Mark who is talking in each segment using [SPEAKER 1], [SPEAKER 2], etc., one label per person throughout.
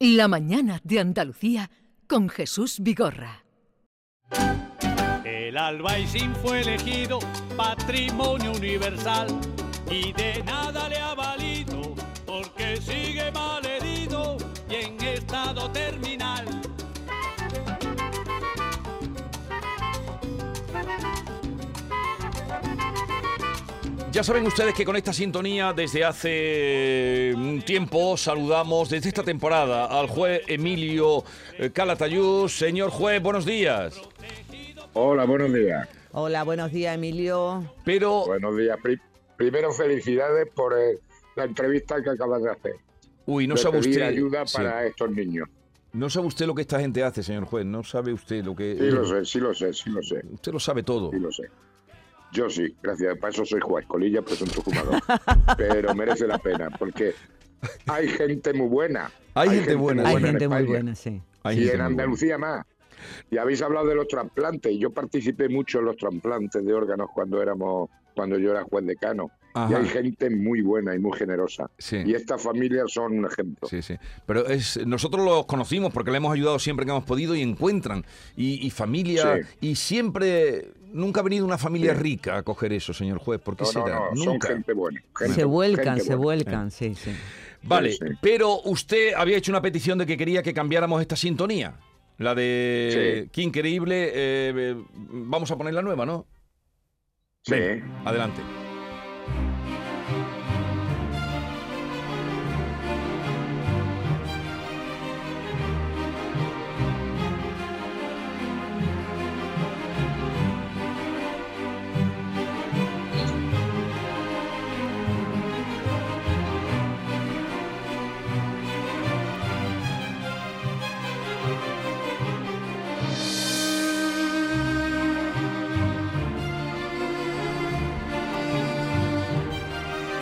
[SPEAKER 1] La mañana de Andalucía con Jesús Vigorra.
[SPEAKER 2] El Albaicín fue elegido patrimonio universal y de nada le ha valido porque sigue malherido y en estado terminal.
[SPEAKER 3] Ya saben ustedes que con esta sintonía desde hace Eh, un tiempo saludamos desde esta temporada al juez Emilio eh, Calatayud. Señor juez, buenos días.
[SPEAKER 4] Hola, buenos días.
[SPEAKER 5] Hola, buenos días, Emilio.
[SPEAKER 3] Pero
[SPEAKER 4] Buenos días. Pri- primero, felicidades por eh, la entrevista que acabas de hacer.
[SPEAKER 3] uy, no
[SPEAKER 4] De
[SPEAKER 3] sabe
[SPEAKER 4] pedir
[SPEAKER 3] usted
[SPEAKER 4] ayuda
[SPEAKER 3] sí.
[SPEAKER 4] para estos niños.
[SPEAKER 3] No sabe usted lo que esta gente hace, señor juez, no sabe usted lo que
[SPEAKER 4] Sí lo sé, sí lo sé, sí lo sé,
[SPEAKER 3] Usted lo sabe todo.
[SPEAKER 4] sí lo sé. Yo sí, gracias. Para eso soy Juan Colilla, presunto fumador. Pero merece la pena, porque hay gente muy buena.
[SPEAKER 3] Hay gente buena,
[SPEAKER 5] Hay
[SPEAKER 3] Bueno,
[SPEAKER 4] en
[SPEAKER 5] gente muy
[SPEAKER 4] España.
[SPEAKER 5] buena, sí.
[SPEAKER 3] Hay gente
[SPEAKER 4] y en
[SPEAKER 3] muy buena.
[SPEAKER 4] Andalucía más. Y habéis hablado de los trasplantes. Yo participé mucho en los trasplantes de órganos cuando éramos, cuando yo era juez decano. Y
[SPEAKER 3] Ajá,
[SPEAKER 4] hay gente muy buena y muy generosa.
[SPEAKER 3] Sí.
[SPEAKER 4] Y estas familias son un ejemplo.
[SPEAKER 3] Sí, sí. Pero es, nosotros los conocimos porque le hemos ayudado siempre que hemos podido y encuentran. Y, y familia. Y siempre. Nunca ha venido una familia
[SPEAKER 4] Sí.
[SPEAKER 3] rica a coger eso, señor juez. ¿Por qué
[SPEAKER 4] No, no,
[SPEAKER 3] será?
[SPEAKER 4] no, son
[SPEAKER 3] Nunca.
[SPEAKER 4] gente buena. gente-
[SPEAKER 5] Se vuelcan,
[SPEAKER 4] gente
[SPEAKER 5] se
[SPEAKER 4] buena. Eh.
[SPEAKER 5] vuelcan, sí, sí.
[SPEAKER 3] Vale,
[SPEAKER 4] Sí, sí.
[SPEAKER 3] pero usted había hecho una petición de que quería que cambiáramos esta sintonía. La de
[SPEAKER 4] Sí.
[SPEAKER 3] Qué increíble. eh, eh, vamos a poner la nueva, ¿no?
[SPEAKER 4] Sí,
[SPEAKER 3] Venga, adelante.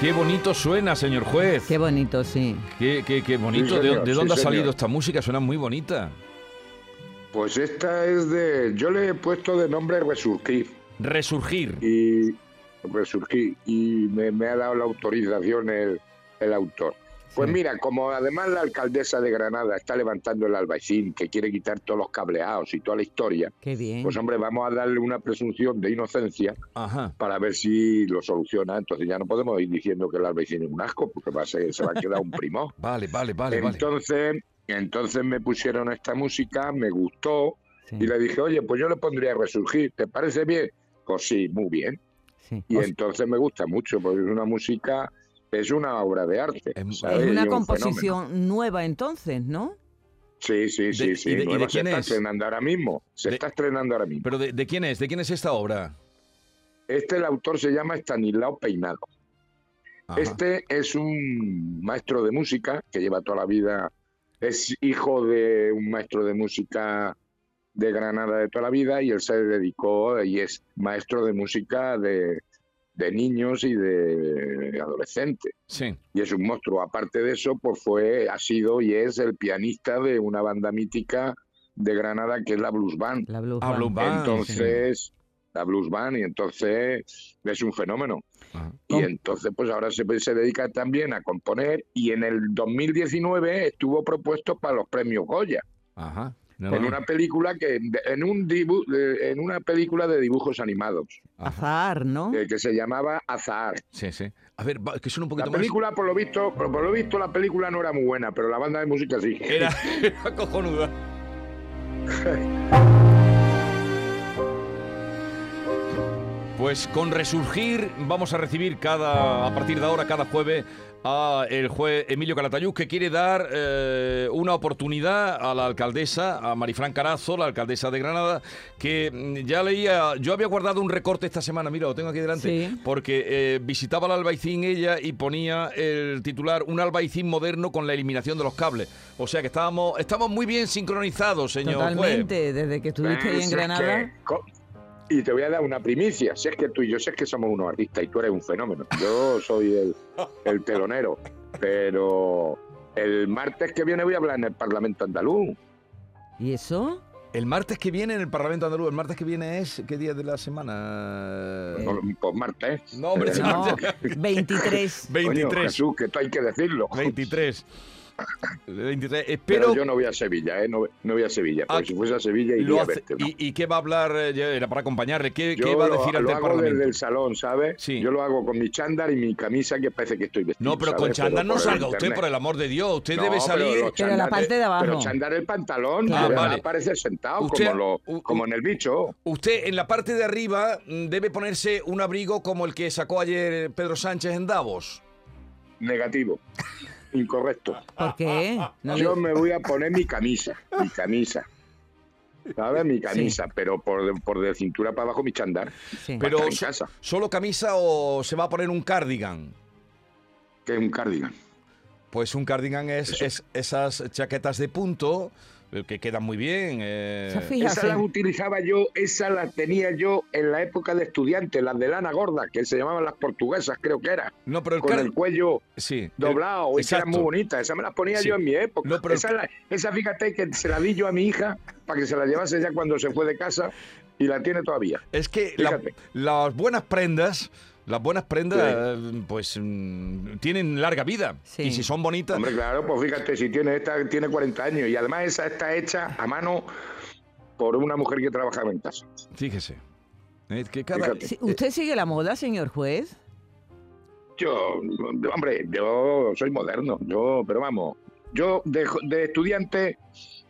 [SPEAKER 3] Qué bonito suena, señor juez.
[SPEAKER 5] Qué bonito, sí.
[SPEAKER 3] Qué, qué- qué bonito. ¿De-
[SPEAKER 4] señor,
[SPEAKER 3] ¿De,
[SPEAKER 4] sí,
[SPEAKER 3] dónde ha
[SPEAKER 4] señor.
[SPEAKER 3] salido esta música? Suena muy bonita.
[SPEAKER 4] pues esta es de. Yo le he puesto de nombre Resurgir.
[SPEAKER 3] Resurgir.
[SPEAKER 4] Y. Resurgir. Y me, me ha dado la autorización el, el autor. Pues
[SPEAKER 3] Sí.
[SPEAKER 4] mira, como además la alcaldesa de Granada está levantando el albaicín, que quiere quitar todos los cableados y toda la historia,
[SPEAKER 5] Qué bien.
[SPEAKER 4] pues hombre, vamos a darle una presunción de inocencia
[SPEAKER 3] Ajá.
[SPEAKER 4] para ver si lo soluciona. Entonces ya no podemos ir diciendo que el albaicín es un asco, porque va a ser- se va a quedar un primor.
[SPEAKER 3] Vale, vale, vale, vale.
[SPEAKER 4] entonces, entonces me pusieron esta música, me gustó
[SPEAKER 5] Sí,
[SPEAKER 3] Mm.
[SPEAKER 4] y le dije, oye, pues yo le pondría Resurgir, ¿te parece bien? Pues sí, muy bien.
[SPEAKER 5] sí.
[SPEAKER 4] Y
[SPEAKER 3] Pues-
[SPEAKER 4] entonces me gusta mucho, porque es una música, es una obra de arte.
[SPEAKER 3] Es- es
[SPEAKER 4] ¿sabes?
[SPEAKER 5] Es
[SPEAKER 4] Y
[SPEAKER 5] una
[SPEAKER 4] un fenómeno.
[SPEAKER 5] composición nueva entonces, ¿no?
[SPEAKER 4] Sí, sí, sí,
[SPEAKER 3] ¿De-
[SPEAKER 4] sí.
[SPEAKER 3] y de- y de
[SPEAKER 4] nueva.
[SPEAKER 3] quién
[SPEAKER 4] se está
[SPEAKER 3] es?
[SPEAKER 4] estrenando ahora mismo. Se
[SPEAKER 3] De-
[SPEAKER 4] está estrenando ahora mismo.
[SPEAKER 3] Pero de, de quién es? ¿De quién es esta obra?
[SPEAKER 4] Este, el autor se llama Estanislao Peinado.
[SPEAKER 3] Ajá.
[SPEAKER 4] Este es un maestro de música que lleva toda la vida, es hijo de un maestro de música de Granada de toda la vida y él se dedicó y es maestro de música de, de niños y de adolescentes.
[SPEAKER 3] Sí.
[SPEAKER 4] Y es un monstruo. Aparte de eso, pues fue, ha sido y es el pianista de una banda mítica de Granada que es la Blues Band.
[SPEAKER 5] La blues.
[SPEAKER 3] Ah,
[SPEAKER 5] band.
[SPEAKER 3] Blues Band,
[SPEAKER 4] Entonces, la Blues Band y entonces es un fenómeno.
[SPEAKER 3] Ajá.
[SPEAKER 4] Y entonces, pues ahora se, se dedica también a componer y en el 2019 estuvo propuesto para los premios Goya,
[SPEAKER 3] Ajá. No,
[SPEAKER 4] en
[SPEAKER 3] no.
[SPEAKER 4] una película que en, un dibu- eh, en una película de dibujos animados
[SPEAKER 3] Ajá.
[SPEAKER 5] Azahar,
[SPEAKER 3] Ah.
[SPEAKER 5] ¿no?
[SPEAKER 4] eh, que se llamaba Azahar.
[SPEAKER 3] Sí, sí. A ver, va, que suena un
[SPEAKER 4] La
[SPEAKER 3] poquito más.
[SPEAKER 4] película, por lo visto, por, por lo visto la película no era muy buena, pero la banda de música sí.
[SPEAKER 3] Era, era cojonuda. Pues con Resurgir vamos a recibir cada a partir de ahora, cada jueves, a el juez Emilio Calatayud, que quiere dar eh, una oportunidad a la alcaldesa, a Marifran Carazo, la alcaldesa de Granada, que mm, ya leía, yo había guardado un recorte esta semana, mira, lo tengo aquí delante,
[SPEAKER 5] Sí.
[SPEAKER 3] porque eh, visitaba el albaicín ella y ponía el titular Un albaicín moderno con la eliminación de los cables. O sea que estábamos, estamos muy bien sincronizados, señor juez.
[SPEAKER 5] Totalmente, desde que estuviste
[SPEAKER 4] Si
[SPEAKER 5] ahí en
[SPEAKER 4] es
[SPEAKER 5] Granada.
[SPEAKER 4] que- co- y te voy a dar una primicia. Si es que tú y yo sé que somos unos artistas y tú eres un fenómeno. Yo soy el, el telonero. Pero el martes que viene voy a hablar en el Parlamento Andaluz.
[SPEAKER 5] ¿Y eso?
[SPEAKER 3] El martes que viene en el Parlamento Andaluz, el martes que viene es ¿qué día de la semana?
[SPEAKER 4] No, Pues martes.
[SPEAKER 3] No, hombre,
[SPEAKER 4] Eh,
[SPEAKER 3] sí,
[SPEAKER 5] No, 23.
[SPEAKER 4] coño,
[SPEAKER 3] 23.
[SPEAKER 4] Jesús, que esto hay que decirlo.
[SPEAKER 3] 23. de 23.
[SPEAKER 4] Pero,
[SPEAKER 3] Espero
[SPEAKER 4] yo no voy a Sevilla, ¿eh? No, no voy a Sevilla. Pero
[SPEAKER 3] Ah,
[SPEAKER 4] si fuese a Sevilla
[SPEAKER 3] lo
[SPEAKER 4] iría a
[SPEAKER 3] hace-
[SPEAKER 4] verte. ¿no?
[SPEAKER 3] y, y qué va a hablar? eh, ya Era para acompañarle. ¿Qué,
[SPEAKER 4] Yo
[SPEAKER 3] qué va a
[SPEAKER 4] lo-
[SPEAKER 3] decir
[SPEAKER 4] lo,
[SPEAKER 3] ante el
[SPEAKER 4] hago
[SPEAKER 3] Parlamento?
[SPEAKER 4] desde el salón, ¿sabes?
[SPEAKER 3] Sí.
[SPEAKER 4] Yo lo hago con mi chándal y mi camisa que parece que estoy vestido.
[SPEAKER 3] No, pero
[SPEAKER 4] ¿sabes?
[SPEAKER 3] con chándal no
[SPEAKER 4] por el
[SPEAKER 3] salga usted,
[SPEAKER 4] internet.
[SPEAKER 3] por el amor de Dios. Usted
[SPEAKER 4] No,
[SPEAKER 3] debe
[SPEAKER 4] pero
[SPEAKER 3] salir.
[SPEAKER 4] los
[SPEAKER 5] Pero la
[SPEAKER 4] chándales-
[SPEAKER 5] parte de abajo.
[SPEAKER 4] Pero chándal el pantalón,
[SPEAKER 5] Claro.
[SPEAKER 4] pero
[SPEAKER 3] Ah,
[SPEAKER 4] va a
[SPEAKER 3] vale.
[SPEAKER 4] aparecer sentado
[SPEAKER 3] Usted-
[SPEAKER 4] como,
[SPEAKER 3] u- u-
[SPEAKER 4] lo, como en el bicho.
[SPEAKER 3] Usted en la parte de arriba mm, debe ponerse un abrigo como el que sacó ayer Pedro Sánchez en Davos.
[SPEAKER 4] Negativo. Incorrecto.
[SPEAKER 5] ¿Por qué? No
[SPEAKER 4] Yo
[SPEAKER 5] le-
[SPEAKER 4] me voy a poner mi camisa, mi camisa. ¿Sabes? Mi camisa, pero por de, por de cintura para abajo mi chándal.
[SPEAKER 5] sí.
[SPEAKER 3] Pero
[SPEAKER 4] estar en
[SPEAKER 3] so-
[SPEAKER 4] casa.
[SPEAKER 3] solo camisa o se va a poner un cardigan.
[SPEAKER 4] que es un cardigan.
[SPEAKER 3] Pues un cardigan es, es esas chaquetas de punto eh, que quedan muy bien. eh.
[SPEAKER 5] Se ha fijado.
[SPEAKER 4] Esas las utilizaba yo, esas las tenía yo en la época de estudiante, las de lana gorda, que se llamaban las portuguesas, creo que era.
[SPEAKER 3] No, pero el
[SPEAKER 4] Con el
[SPEAKER 3] cardigan.
[SPEAKER 4] cuello
[SPEAKER 3] Sí.
[SPEAKER 4] doblado,
[SPEAKER 3] el-
[SPEAKER 4] esas eran muy
[SPEAKER 3] exacto.
[SPEAKER 4] bonitas, esas me las ponía
[SPEAKER 3] Sí.
[SPEAKER 4] yo en mi época.
[SPEAKER 3] No, pero-
[SPEAKER 4] esa, la- esa, fíjate que se la di yo a mi hija para que se la llevase ya cuando se fue de casa y la tiene todavía.
[SPEAKER 3] Es que la-
[SPEAKER 4] Fíjate.
[SPEAKER 3] las buenas prendas, las buenas prendas,
[SPEAKER 4] Sí.
[SPEAKER 3] eh, pues mm, tienen larga vida.
[SPEAKER 5] Sí.
[SPEAKER 3] Y si son bonitas,
[SPEAKER 4] Hombre, claro, pues fíjate, si tiene esta, tiene 40 años y además esa está hecha a mano por una mujer que trabajaba en casa.
[SPEAKER 3] fíjese. Eh, que cada-
[SPEAKER 4] Fíjate.
[SPEAKER 5] Sí, ¿Usted sigue la moda, señor juez?
[SPEAKER 4] Yo, hombre, yo soy moderno, yo, pero vamos, yo de, jo- de estudiante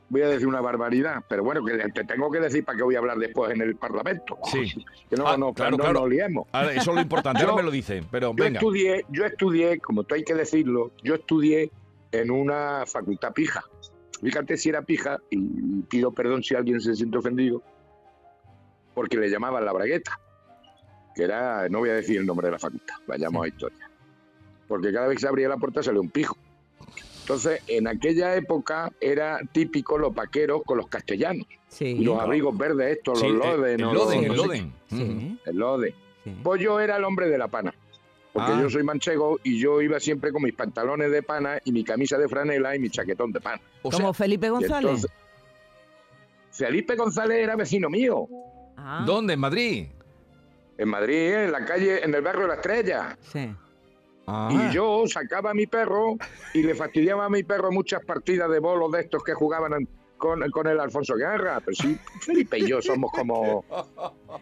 [SPEAKER 4] voy a decir una barbaridad, pero bueno, que te tengo que decir para qué voy a hablar después en el Parlamento.
[SPEAKER 3] Sí.
[SPEAKER 4] Que no,
[SPEAKER 3] Ah,
[SPEAKER 4] no-
[SPEAKER 3] claro,
[SPEAKER 4] no
[SPEAKER 3] claro.
[SPEAKER 4] nos liemos.
[SPEAKER 3] Ahora, eso es lo importante, ahora
[SPEAKER 4] Yo-
[SPEAKER 3] me lo dicen, pero
[SPEAKER 4] Yo
[SPEAKER 3] venga.
[SPEAKER 4] estudié, yo estudié, como tú hay que decirlo, yo estudié en una facultad pija. Fíjate si era pija, y pido perdón si alguien se siente ofendido, porque le llamaban la bragueta, que era, no voy a decir el nombre de la facultad, vayamos a historia. Porque cada vez que se abría la puerta salía un pijo. Entonces, en aquella época era típico los vaqueros con los castellanos,
[SPEAKER 5] Sí.
[SPEAKER 4] y los abrigos verdes estos,
[SPEAKER 3] Sí,
[SPEAKER 4] los
[SPEAKER 3] eh,
[SPEAKER 4] loden.
[SPEAKER 3] el
[SPEAKER 4] o
[SPEAKER 3] Loden,
[SPEAKER 4] los-
[SPEAKER 3] el
[SPEAKER 4] no sé
[SPEAKER 3] Loden. Mm. Ujú.
[SPEAKER 5] Sí.
[SPEAKER 4] qué, el loden.
[SPEAKER 5] sí.
[SPEAKER 4] Pues yo era el hombre de la pana. Porque
[SPEAKER 3] Ah.
[SPEAKER 4] yo soy manchego y yo iba siempre con mis pantalones de pana y mi camisa de franela y mi chaquetón de pana.
[SPEAKER 3] O sea,
[SPEAKER 5] Como Felipe
[SPEAKER 4] Y
[SPEAKER 5] González.
[SPEAKER 4] entonces- Felipe González era vecino mío.
[SPEAKER 5] Ah,
[SPEAKER 3] ¿dónde? ¿En Madrid?
[SPEAKER 4] En Madrid, en la calle, en el barrio de la Estrella.
[SPEAKER 5] Sí.
[SPEAKER 3] Ah.
[SPEAKER 4] Y yo sacaba a mi perro y le fastidiaba a mi perro muchas partidas de bolos de estos que jugaban en- con, con el Alfonso Guerra. Pero sí, Felipe y yo somos como.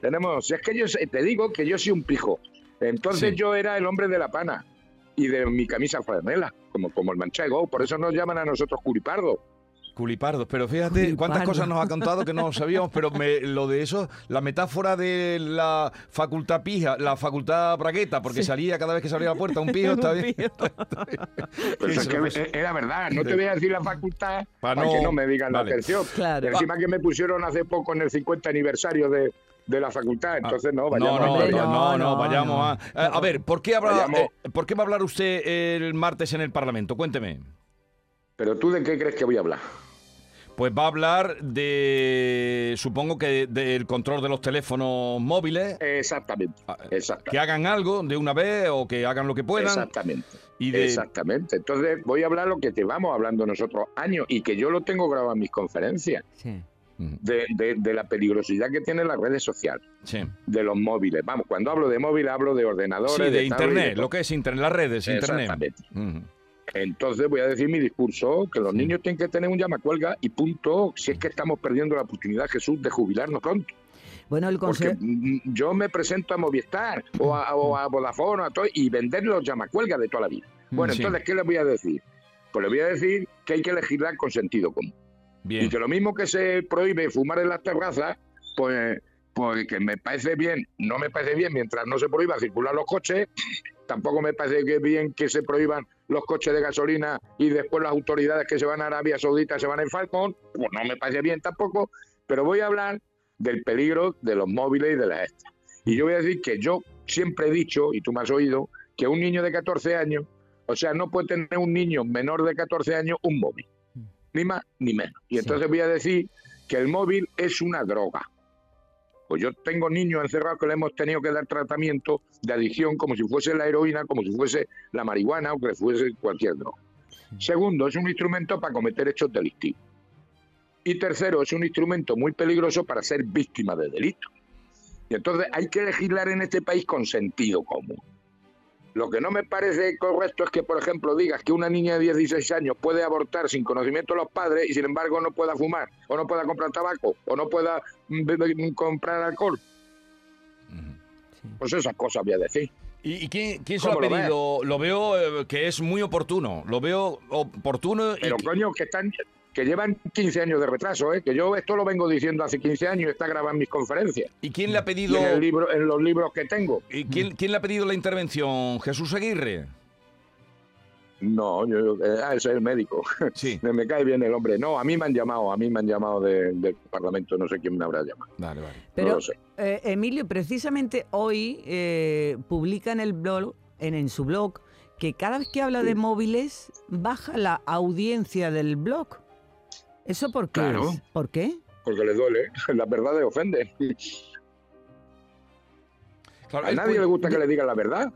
[SPEAKER 4] Tenemos. Es que yo sé- te digo que yo soy un pijo. Entonces
[SPEAKER 3] Sí.
[SPEAKER 4] yo era el hombre de la pana y de mi camisa franela, como, como el manchego. Por eso nos llaman a nosotros curipardo.
[SPEAKER 3] Culipardos, pero fíjate cuántas
[SPEAKER 5] Culipardos.
[SPEAKER 3] cosas nos ha contado que no sabíamos, pero me- lo de eso, la metáfora de la facultad pija, la facultad bragueta, porque salía cada vez que se abría la puerta un pijo, está bien.
[SPEAKER 4] Pero
[SPEAKER 3] Sí,
[SPEAKER 4] es
[SPEAKER 3] se
[SPEAKER 4] que
[SPEAKER 3] lo puse.
[SPEAKER 4] e- era verdad. No te voy a decir la facultad
[SPEAKER 3] Pa'
[SPEAKER 4] para
[SPEAKER 3] no-
[SPEAKER 4] que no me digan
[SPEAKER 3] Vale.
[SPEAKER 4] la atención.
[SPEAKER 5] Claro.
[SPEAKER 4] Encima que me pusieron hace poco en el 50 aniversario de, de la facultad. Entonces no,
[SPEAKER 3] Ah. No,
[SPEAKER 4] vayamos
[SPEAKER 3] no,
[SPEAKER 4] a
[SPEAKER 3] no,
[SPEAKER 5] hombre,
[SPEAKER 3] no, no,
[SPEAKER 5] no, no,
[SPEAKER 3] vayamos
[SPEAKER 5] no.
[SPEAKER 3] a. Eh, A ver, ¿por qué, habrá-
[SPEAKER 4] Vayamos.
[SPEAKER 3] eh, ¿por qué va a hablar usted el martes en el Parlamento? Cuénteme.
[SPEAKER 4] Pero tú de qué crees que voy a hablar?
[SPEAKER 3] Pues va a hablar de. Supongo que del control de los teléfonos móviles,
[SPEAKER 4] Exactamente.
[SPEAKER 3] Ah, eh, que
[SPEAKER 4] Exactamente.
[SPEAKER 3] hagan algo de una vez o que hagan lo que puedan.
[SPEAKER 4] Exactamente.
[SPEAKER 3] Y de,
[SPEAKER 4] Exactamente. Entonces voy a hablar lo que te vamos hablando nosotros años y que yo lo tengo grabado en mis conferencias,
[SPEAKER 5] Sí.
[SPEAKER 4] de, de- de la peligrosidad que tienen las redes sociales,
[SPEAKER 3] sí,
[SPEAKER 4] de los móviles. Vamos, cuando hablo de móvil hablo de ordenadores.
[SPEAKER 3] Sí, de
[SPEAKER 4] tablet, de
[SPEAKER 3] internet,
[SPEAKER 4] todo.
[SPEAKER 3] lo que es internet, las redes, internet.
[SPEAKER 4] Exactamente.
[SPEAKER 3] Ujú.
[SPEAKER 4] Entonces voy a decir mi discurso, que los
[SPEAKER 3] Sí.
[SPEAKER 4] niños tienen que tener un llamacuelga y punto, si es que estamos perdiendo la oportunidad, Jesús, de jubilarnos pronto.
[SPEAKER 5] Bueno, el
[SPEAKER 4] Porque
[SPEAKER 5] consejo.
[SPEAKER 4] mm, yo me presento a Movistar o a, o a Vodafone o a todo, y vender los llamacuelgas de toda la vida. Bueno,
[SPEAKER 3] Mm, Sí.
[SPEAKER 4] entonces, ¿qué les voy a decir? Pues les voy a decir que hay que legislar con sentido común.
[SPEAKER 3] Bien.
[SPEAKER 4] Y que lo mismo que se prohíbe fumar en las terrazas, pues, pues que me parece bien, no me parece bien mientras no se prohíba circular los coches, tampoco me parece que bien que se prohíban los coches de gasolina y después las autoridades que se van a Arabia Saudita se van en Falcón, pues no me parece bien tampoco, pero voy a hablar del peligro de los móviles y de las extras. Y yo voy a decir que yo siempre he dicho, y tú me has oído, que un niño de 14 años, o sea, no puede tener un niño menor de 14 años un móvil, ni más ni menos. Y
[SPEAKER 5] Sí.
[SPEAKER 4] entonces voy a decir que el móvil es una droga. Pues yo tengo niños encerrados que le hemos tenido que dar tratamiento de adicción como si fuese la heroína, como si fuese la marihuana o que fuese cualquier droga. Segundo, es un instrumento para cometer hechos delictivos. Y tercero, es un instrumento muy peligroso para ser víctima de delito. Y entonces hay que legislar en este país con sentido común. Lo que no me parece correcto es que, por ejemplo, digas que una niña de 16 años puede abortar sin conocimiento de los padres y, sin embargo, no pueda fumar, o no pueda comprar tabaco, o no pueda mm, be- be- comprar alcohol. Pues esas cosas voy a decir.
[SPEAKER 3] ¿Y, y quién, quién se lo ha
[SPEAKER 4] ¿Cómo lo ves?
[SPEAKER 3] pedido? Lo veo eh, que es muy oportuno. Lo veo oportuno. y
[SPEAKER 4] Pero,
[SPEAKER 3] que-
[SPEAKER 4] coño, que están que llevan 15 años de retraso, ¿eh? que yo esto lo vengo diciendo hace 15 años y está grabado en mis conferencias
[SPEAKER 3] ¿Y quién le ha
[SPEAKER 4] y
[SPEAKER 3] pedido?
[SPEAKER 4] en, el libro, en los libros que tengo.
[SPEAKER 3] y quién, quién le ha pedido la intervención? Jesús Aguirre.
[SPEAKER 4] No, yo, eh, ah, ese es el médico.
[SPEAKER 3] Sí.
[SPEAKER 4] Me- Me cae bien el hombre. No, a mí me han llamado, a mí me han llamado de- del Parlamento, no sé quién me habrá llamado.
[SPEAKER 3] Vale, vale.
[SPEAKER 4] no
[SPEAKER 5] Pero,
[SPEAKER 4] lo sé.
[SPEAKER 5] eh, Emilio, precisamente hoy eh, publica en el blog, en, en su blog, que cada vez que habla de móviles, baja la audiencia del blog. ¿Eso por qué?
[SPEAKER 4] Claro.
[SPEAKER 5] es? ¿Por qué?
[SPEAKER 4] Porque les duele, ¿eh? la verdad les ofende.
[SPEAKER 3] Claro,
[SPEAKER 4] A
[SPEAKER 3] él
[SPEAKER 4] nadie
[SPEAKER 3] pu-
[SPEAKER 4] le gusta que le digan la verdad.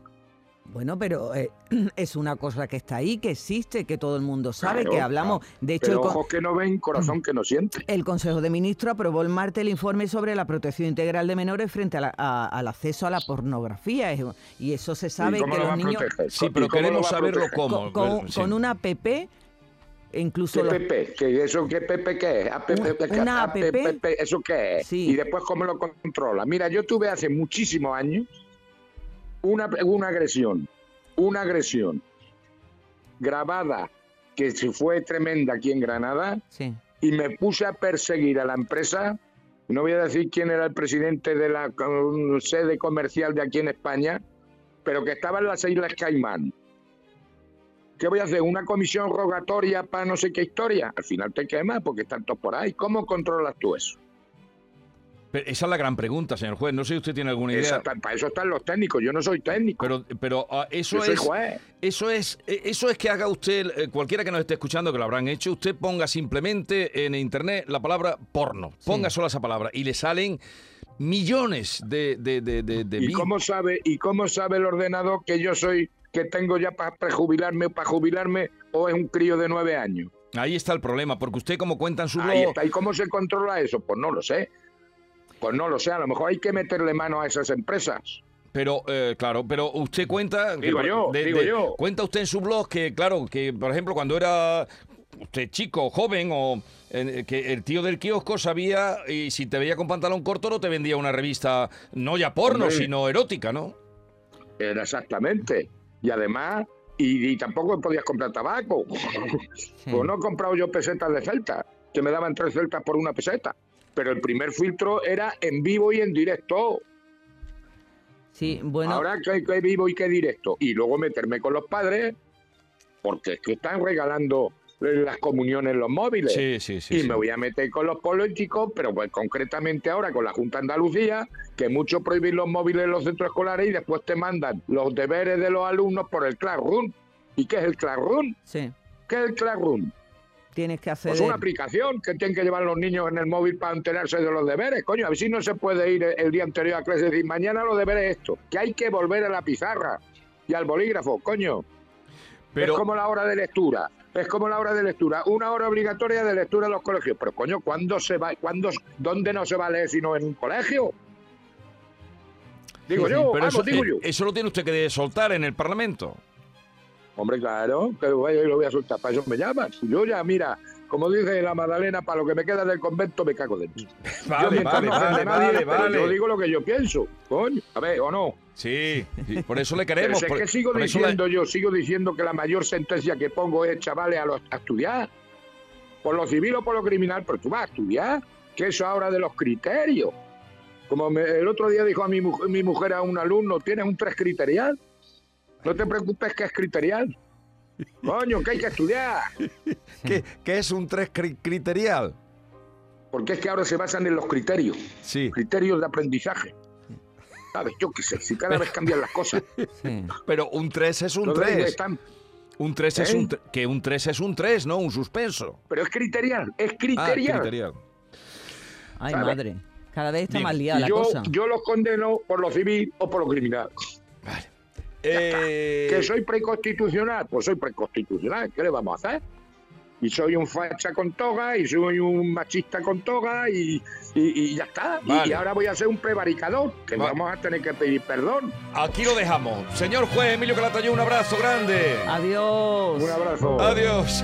[SPEAKER 5] Bueno, pero eh, es una cosa que está ahí, que existe, que todo el mundo sabe,
[SPEAKER 4] Claro,
[SPEAKER 5] que hablamos. De hecho, el
[SPEAKER 4] Pero
[SPEAKER 5] co-
[SPEAKER 4] ojos que no ven, corazón que no siente.
[SPEAKER 5] El Consejo de Ministros aprobó el martes el informe sobre la protección integral de menores frente a la- a- al acceso a la pornografía. Es- Y eso se sabe
[SPEAKER 4] ¿Y cómo
[SPEAKER 5] que
[SPEAKER 4] lo
[SPEAKER 5] los
[SPEAKER 4] va a
[SPEAKER 5] niños
[SPEAKER 4] proteger?
[SPEAKER 3] Sí,
[SPEAKER 4] ¿Y
[SPEAKER 3] pero
[SPEAKER 4] cómo lo
[SPEAKER 3] queremos
[SPEAKER 4] va a
[SPEAKER 3] saberlo
[SPEAKER 4] proteger?
[SPEAKER 3] cómo.
[SPEAKER 5] co- con,
[SPEAKER 3] Sí.
[SPEAKER 5] con una app, incluso
[SPEAKER 4] ¿Qué
[SPEAKER 5] los-
[SPEAKER 4] PP? ¿Qué, ¿Eso qué PP qué es? ¿APP?
[SPEAKER 5] Una-
[SPEAKER 4] ¿qué-
[SPEAKER 5] una
[SPEAKER 4] APP?
[SPEAKER 5] APP?
[SPEAKER 4] ¿Eso qué es?
[SPEAKER 5] Sí.
[SPEAKER 4] Y después, ¿cómo lo controla? Mira, yo tuve hace muchísimos años una, una agresión, una agresión grabada que se fue tremenda aquí en Granada
[SPEAKER 5] sí.
[SPEAKER 4] y me puse a perseguir a la empresa. No voy a decir quién era el presidente de la um, sede comercial de aquí en España, pero que estaba en las Islas Caimán. ¿Qué voy a hacer? ¿Una comisión rogatoria para no sé qué historia? Al final te quemas porque están todos por ahí. ¿Cómo controlas tú eso?
[SPEAKER 3] Pero esa es la gran pregunta, señor juez. No sé si usted tiene alguna idea.
[SPEAKER 4] Esa- para eso están los técnicos. Yo no soy técnico.
[SPEAKER 3] Pero, pero ah, eso,
[SPEAKER 4] yo soy
[SPEAKER 3] es,
[SPEAKER 4] juez.
[SPEAKER 3] eso es eh, eso es que haga usted, eh, cualquiera que nos esté escuchando, que lo habrán hecho, usted ponga simplemente en internet la palabra porno. Ponga solo esa palabra y le salen millones de, de, de, de- de
[SPEAKER 4] ¿Y
[SPEAKER 3] vi-
[SPEAKER 4] cómo sabe, ¿Y cómo sabe el ordenador que yo soy, que tengo ya para prejubilarme o para jubilarme, o es un crío de nueve años?
[SPEAKER 3] Ahí está el problema, porque usted como cuenta en su
[SPEAKER 4] Ahí
[SPEAKER 3] blog...
[SPEAKER 4] está. ¿Y cómo se controla eso? Pues no lo sé. Pues no lo sé. A lo mejor hay que meterle mano a esas empresas.
[SPEAKER 3] Pero, eh, claro, pero usted cuenta... que
[SPEAKER 4] Digo
[SPEAKER 3] por-
[SPEAKER 4] yo, digo yo.
[SPEAKER 3] Cuenta usted en su blog que, claro, que por ejemplo cuando era usted chico, joven, o eh, que el tío del kiosco sabía y si te veía con pantalón corto no te vendía una revista, no ya porno,
[SPEAKER 4] Hombre.
[SPEAKER 3] sino erótica, ¿no?
[SPEAKER 4] Era exactamente. Y además, y, y tampoco podías comprar tabaco.
[SPEAKER 5] sí.
[SPEAKER 4] Pues no he comprado yo pesetas de celta, que me daban tres celtas por una peseta. Pero el primer filtro era en vivo y en directo.
[SPEAKER 5] Sí, bueno,
[SPEAKER 4] Ahora que, que vivo y que directo. Y luego meterme con los padres, porque es que están regalando las comuniones en los móviles.
[SPEAKER 3] Sí, sí, sí.
[SPEAKER 4] y
[SPEAKER 3] sí.
[SPEAKER 4] me voy a meter con los políticos, pero pues concretamente ahora con la Junta de Andalucía, que mucho prohíben los móviles en los centros escolares y después te mandan los deberes de los alumnos por el Classroom. ¿Y qué es el Classroom?
[SPEAKER 5] sí,
[SPEAKER 4] ¿Qué es el Classroom?
[SPEAKER 5] tienes que acceder.
[SPEAKER 4] Pues una aplicación que tienen que llevar los niños en el móvil para enterarse de los deberes. Coño, a ver si no se puede ir el día anterior a clase y decir, mañana los deberes esto, que hay que volver a la pizarra y al bolígrafo, coño.
[SPEAKER 3] Pero,
[SPEAKER 4] Es como la hora de lectura. Es como la hora de lectura. Una hora obligatoria de lectura en los colegios. Pero coño, ¿cuándo se va? ¿Cuándo, ¿Dónde no se va a leer sino en un colegio? Digo
[SPEAKER 5] Sí, sí,
[SPEAKER 3] pero
[SPEAKER 4] yo, vamos,
[SPEAKER 3] eso,
[SPEAKER 4] digo
[SPEAKER 3] eh,
[SPEAKER 4] yo.
[SPEAKER 3] eso lo tiene usted que soltar en el Parlamento.
[SPEAKER 4] Hombre, claro, que lo voy a- lo voy a soltar. Para eso me llaman. Yo ya, mira, como dice la Magdalena, para lo que me queda del convento me cago dentro. yo
[SPEAKER 3] Vale,
[SPEAKER 4] mientras
[SPEAKER 3] vale,
[SPEAKER 4] no ofenda
[SPEAKER 3] vale,
[SPEAKER 4] a nadie,
[SPEAKER 3] vale,
[SPEAKER 4] pero
[SPEAKER 3] vale.
[SPEAKER 4] Yo digo lo que yo pienso, coño. A ver, o no.
[SPEAKER 3] Sí, sí, por eso le
[SPEAKER 4] Pero
[SPEAKER 3] queremos.
[SPEAKER 4] si es
[SPEAKER 3] por-
[SPEAKER 4] que sigo
[SPEAKER 3] por eso le-
[SPEAKER 4] diciendo yo, sigo diciendo que la mayor sentencia que pongo es chavales a, los, a estudiar, por lo civil o por lo criminal, pero tú vas a estudiar, que eso ahora de los criterios. Como me- el otro día dijo a mi, mu- mi mujer a un alumno, tienes un tres criterial, no te preocupes que es criterial. Coño, que hay que estudiar,
[SPEAKER 3] ¿Qué, qué es un tres cri- criterial?
[SPEAKER 4] porque es que ahora se basan en los criterios,
[SPEAKER 3] Sí.
[SPEAKER 4] criterios de aprendizaje. ¿Sabes? Yo qué sé, si cada vez cambian las cosas.
[SPEAKER 5] Sí.
[SPEAKER 3] Pero un 3 es un
[SPEAKER 4] Entonces,
[SPEAKER 3] 3.
[SPEAKER 4] están-
[SPEAKER 3] Un 3 es
[SPEAKER 4] ¿Eh?
[SPEAKER 3] un tre- que un 3 es un 3, ¿no? Un suspenso.
[SPEAKER 4] pero es criterial, es
[SPEAKER 3] Ah,
[SPEAKER 4] criterial.
[SPEAKER 3] criterial.
[SPEAKER 5] Ay,
[SPEAKER 4] ¿sabes?
[SPEAKER 5] madre. Cada vez está
[SPEAKER 3] Dime.
[SPEAKER 5] más liada
[SPEAKER 4] Y
[SPEAKER 5] la
[SPEAKER 4] yo,
[SPEAKER 5] cosa.
[SPEAKER 4] yo los condeno por lo civil o por lo criminal.
[SPEAKER 3] Eh,
[SPEAKER 4] ¿Que soy preconstitucional? Pues soy preconstitucional. ¿Qué le vamos a hacer? y soy un facha con toga y soy un machista con toga y, y- y ya está. Y-
[SPEAKER 3] Vale.
[SPEAKER 4] Y, ahora voy a ser un prevaricador, que
[SPEAKER 3] Va-
[SPEAKER 4] vamos a tener que pedir perdón.
[SPEAKER 3] Aquí lo dejamos. Señor juez Emilio Calatayud, un abrazo grande.
[SPEAKER 5] Pues, Adiós.
[SPEAKER 4] Un abrazo.
[SPEAKER 3] Adiós.